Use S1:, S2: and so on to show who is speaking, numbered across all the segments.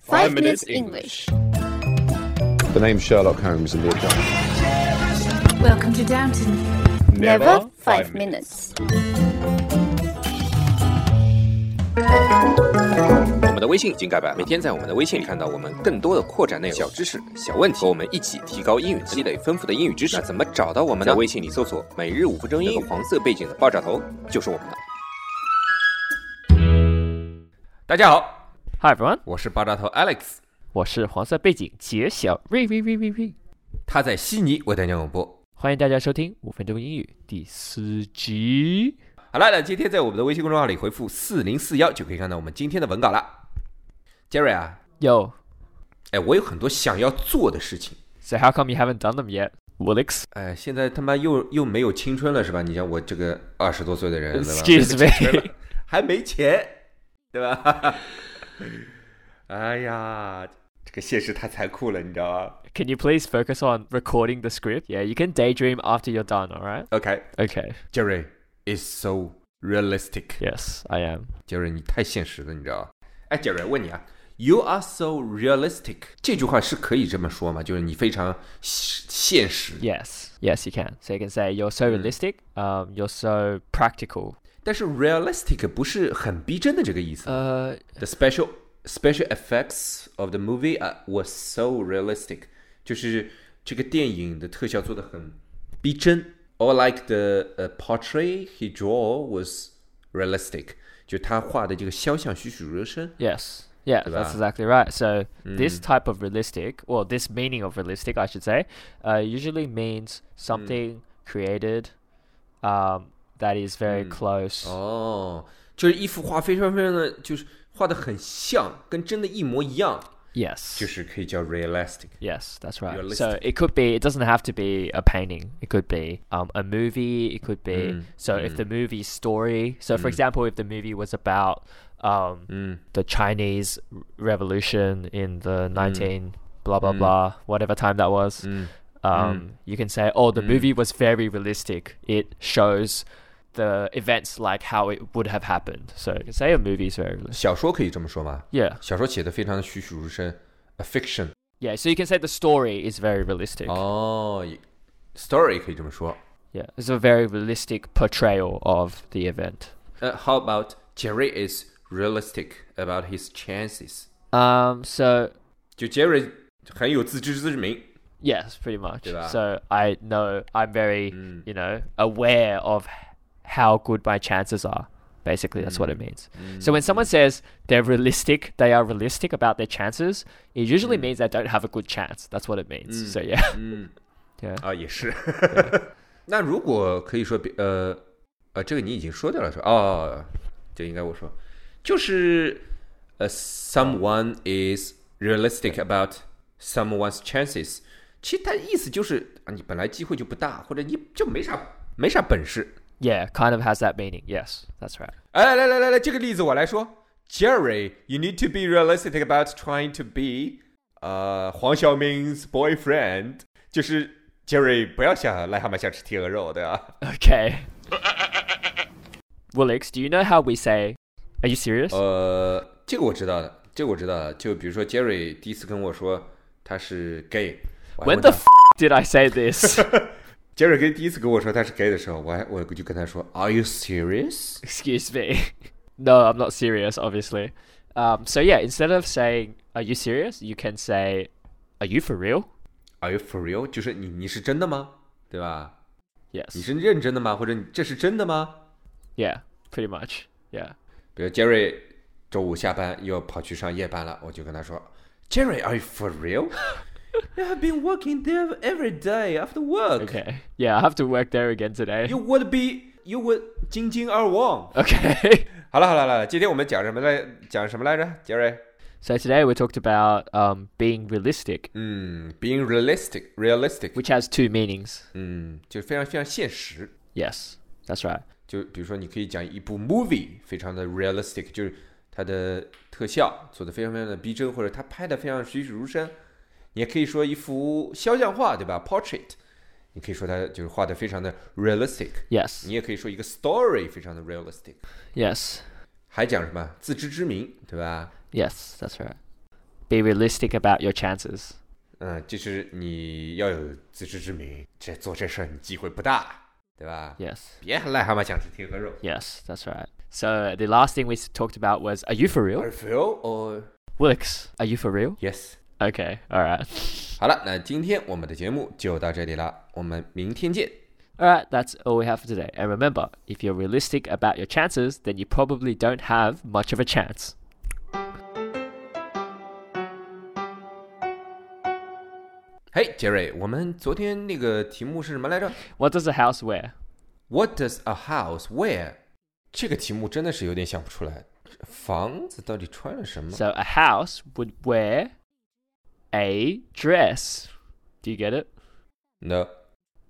S1: Five Minutes English.
S2: The name's Sherlock Holmes in the account.
S3: Welcome to Downton.
S1: Never five minutes.
S4: 我们的微信已经改版了，每天在我们的微信里看到我们更多的扩展内容、小知识、小问题，和我们一起提高英语，积累丰富的英语知识。那怎么找到我们呢？在微信里搜索“每日五分钟英语”，黄色背景的爆炸头就是我们的。大家好，
S5: Hi everyone，
S4: 我是爆炸头 Alex，
S5: 我是黄色背景杰小瑞瑞瑞瑞瑞，
S4: 他在悉尼为大家广播。
S5: 欢迎大家收听五分钟英语第四集。
S4: 好了，那今天在我们的微信公众号里回复四零四幺就可以看到我们今天的文稿了。Jerry 啊，
S5: Yo,
S4: 哎，我有很多想要做的事情。
S5: so how come you haven't done them yet, Woolix?
S4: 哎，现在他妈又又没有青春了是吧？你像我这个二十多岁的人，对吧？
S5: Excuse
S4: 对
S5: me.
S4: 吧还没钱，对吧？ 哎呀，这个现实太残酷了，你知道吗
S5: Can you please focus on recording the script? Yeah, you can daydream after you're done. All right. Okay.
S4: ？OK，Jerry、is so realistic。
S5: Yes, I am.
S4: Jerry，你太现实了，你知道吗？哎，Jerry，问你啊，You are so realistic 这句话是可以这么说吗？就是你非常现实
S5: Yes. Yes, you can. So you can say you're so realistic. Um, you're so practical.
S4: 但是 realistic 不是很逼真的这个意思。
S5: Uh,
S4: The special special effects of the movie uh, was so realistic，就是这个电影的特效做的很逼真。Or like the、uh, portrait he draw was realistic，就他画的这个肖像栩栩如生。
S5: Yes. Yeah, that's exactly right. So this type of realistic, or this meaning of realistic, I should say, uh, usually means something created um, that is very close.
S4: Oh. 哦，就是一幅画非常非常的，就是画的很像，跟真的一模一样，
S5: Yes.
S4: 就是可以叫 realistic。
S5: Yes, that's right. So
S4: Realistic.
S5: it could be. It doesn't have to be a painting. It could be um, a movie. It could be. So if the movie's story. So for example, if the movie was about um,
S4: Mm. 嗯
S5: the Chinese r- Revolution in the nineteen blah blah blah whatever time that was,
S4: Mm. 嗯
S5: um, you can say, "Oh, the movie was very realistic. It shows." The events like how it would have happened. So you can say a movie is very realistic.
S4: 小说可以这么说吗？
S5: Yeah,
S4: 小说写的非常的栩栩如生，a fiction。
S5: yeah. So you can say the story is very realistic.
S4: Oh. 哦也，story 可以这么说。
S5: Yeah, it's a very realistic portrayal of the event.
S4: 呃、h o w about Jerry is realistic about his chances？
S5: Um, so
S4: 就 Jerry 很有自知之明，
S5: yes, pretty much.
S4: Yeah.
S5: So I Mm. know I'm very, you know, aware of how good my chances are. Basically, that's what it means. So when someone says they're realistic, they are realistic about their chances. It usually means they don't have a good chance. That's what it means. So yeah, Uh.
S4: 啊，也是。那如果可以说别呃呃，这个你已经说掉了是吧？哦，就应该我说，就是呃，someone is realistic about someone's chances。其实它意思就是啊，你本来机会就不大，或者你就没啥没啥本事。
S5: yeah, kind of has that meaning. Yes, that's right.
S4: 哎，来来来来，这个例子我来说，Jerry，you need to be realistic about trying to be，呃，黄晓明 's boyfriend，就是 Jerry 不要想癞蛤蟆想吃天鹅肉，啊对 吧？
S5: Okay. Willix, do you know how we say? Are you serious?
S4: 呃，这个我知道的，这个我知道的。就比如说 Jerry 第一次跟我说他是 gay，我还
S5: When
S4: 问
S5: the
S4: 他
S5: f- did I say this?
S4: Jerry 跟第一次跟我说他是 gay 的时候，我还我就跟他说，Are you serious？
S5: Excuse me. no, I'm not serious, obviously. Um, so yeah, instead of saying "Are you serious?" you can say "Are you for real?"
S4: Are you for real？就是你你是真的吗？对吧？你
S5: Yes.
S4: 是认真的吗？或者你这是真的吗？
S5: Yeah, pretty much. Yeah.
S4: 比如 Jerry 周五下班又跑去上夜班了，我就跟他说：“Jerry，are you for real？” I've been working there every day after work.
S5: Okay. Yeah, I have to work there again today.
S4: You would be, you would 津津而望。
S5: Okay.
S4: 好了好了好了，今天我们讲什么来？讲什么来着，Jerry？
S5: so today we talked about um, being realistic,
S4: 嗯，being realistic, realistic，
S5: which has two meanings.
S4: 嗯，就是非常非常现实。
S5: Yes, that's right.
S4: 就比如说，你可以讲一部 movie 非常的 realistic，就是它的特效做的非常非常的逼真，或者它拍的非常栩栩如生。你也可以说一幅肖像画，对吧？portrait，你可以说它就是画的非常的 realistic。
S5: Yes.
S4: 你也可以说一个 story 非常的 realistic。
S5: Yes.
S4: 还讲什么自知之明，对吧？
S5: Yes, that's right. be realistic about your chances.
S4: 嗯，就是你要有自知之明，这做这事儿你机会不大，对吧？
S5: Yes.
S4: 别癞蛤蟆想吃天鹅肉。
S5: Yes, that's right. So the last thing we s- talked about was, are you for real?
S4: Are you for real or
S5: Willicks, are you for real?
S4: yes？
S5: Okay, all right.
S4: 好了，那今天我们的节目就到这里啦，我们明天见。
S5: All right, that's all we have for today. And remember, if you're realistic about your chances, then you probably don't have much of a chance.
S4: Hey Jerry，我们昨天那个题目是什么来着
S5: What does a house wear?
S4: ？What does a house wear？这个题目真的是有点想不出来，房子到底穿了什么？
S5: So a house would wear a dress. Do you get it?
S4: No,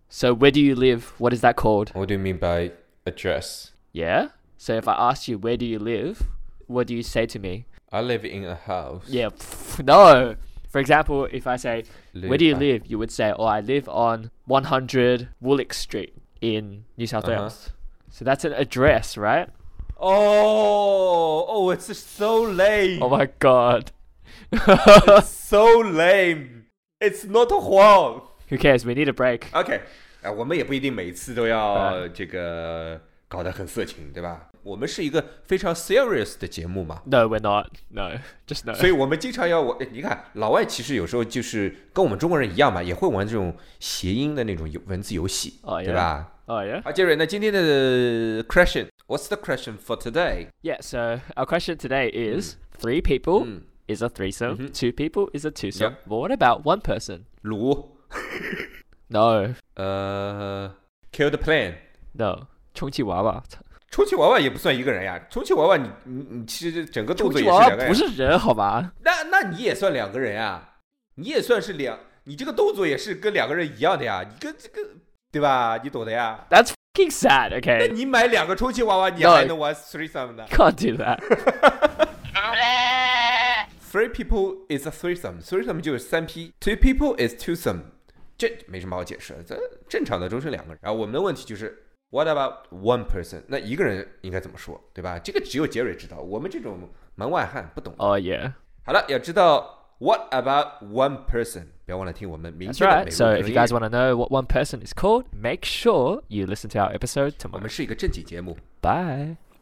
S5: So where do you live? What is that called?
S4: what do you mean by a dress?
S5: Yeah. So if I asked you where do you live, what do you say to me?
S4: I live in a house.
S5: Yeah. pff, no. For example, if I say
S4: Live
S5: where do you
S4: by-
S5: live, you would say, "Oh, I live on 100 Woolwich Street in New South
S4: Uh-huh.
S5: Wales." So that's an address, right?
S4: Oh, oh, it's so lame.
S5: Oh my god.
S4: so lame. It's not wrong.
S5: Who cares? We need a break.
S4: OK，啊，我们也不一定每次都
S5: 哎
S4: 要这个搞得很色情，对吧？我们是一个非常 serious 的节目嘛，
S5: No, we're not. No, just no.
S4: 所以我们经常要我，哎你看老外其实有时候就是跟我们中国人一样嘛，也会玩这种谐音的那种游文字游戏，
S5: 哦
S4: 对吧？啊
S5: oh yeah.
S4: 好，杰瑞，那今天的 question，what's the question for today？
S5: Yeah, so our question today
S4: Hmm.
S5: is three people
S4: Mm.
S5: is a threesome, two people is a twosome.
S4: Mm-hmm. Yep.
S5: But what about one person?
S4: 鲁，
S5: No,
S4: 呃，kill the plan。
S5: no. 充气娃娃，
S4: 充气娃娃也不算一个人呀，充气娃娃你你你其实整个动作也是两个人，
S5: 充气娃娃不是人好吗？
S4: 那那你也算两个人啊，你也算是两，你这个动作也是跟两个人一样的呀，你跟这个对吧？你懂的呀。
S5: That's fucking sad.
S4: 那
S5: Okay,
S4: 你买两个充气娃娃，你
S5: No.
S4: 还能玩 three some 呢
S5: can't do that.
S4: ？Three people is a three some, three some 就是三 P, two people is two some，这没什么好解释的，这正常的都是两个人。然啊后我们的问题就是，What about one person？那一个人应该怎么说，对吧？这个只有杰瑞知道，我们这种门外汉不懂。
S5: Oh yeah,
S4: 好了，要知道 What about one person？不要忘了听我们明
S5: that's
S4: 天的
S5: right.
S4: 美国
S5: So
S4: 口
S5: if
S4: 音
S5: you guys want to know what one person is called, make sure you listen to our episode
S4: 我
S5: tomorrow.
S4: 们是一个正经节目。
S5: Bye.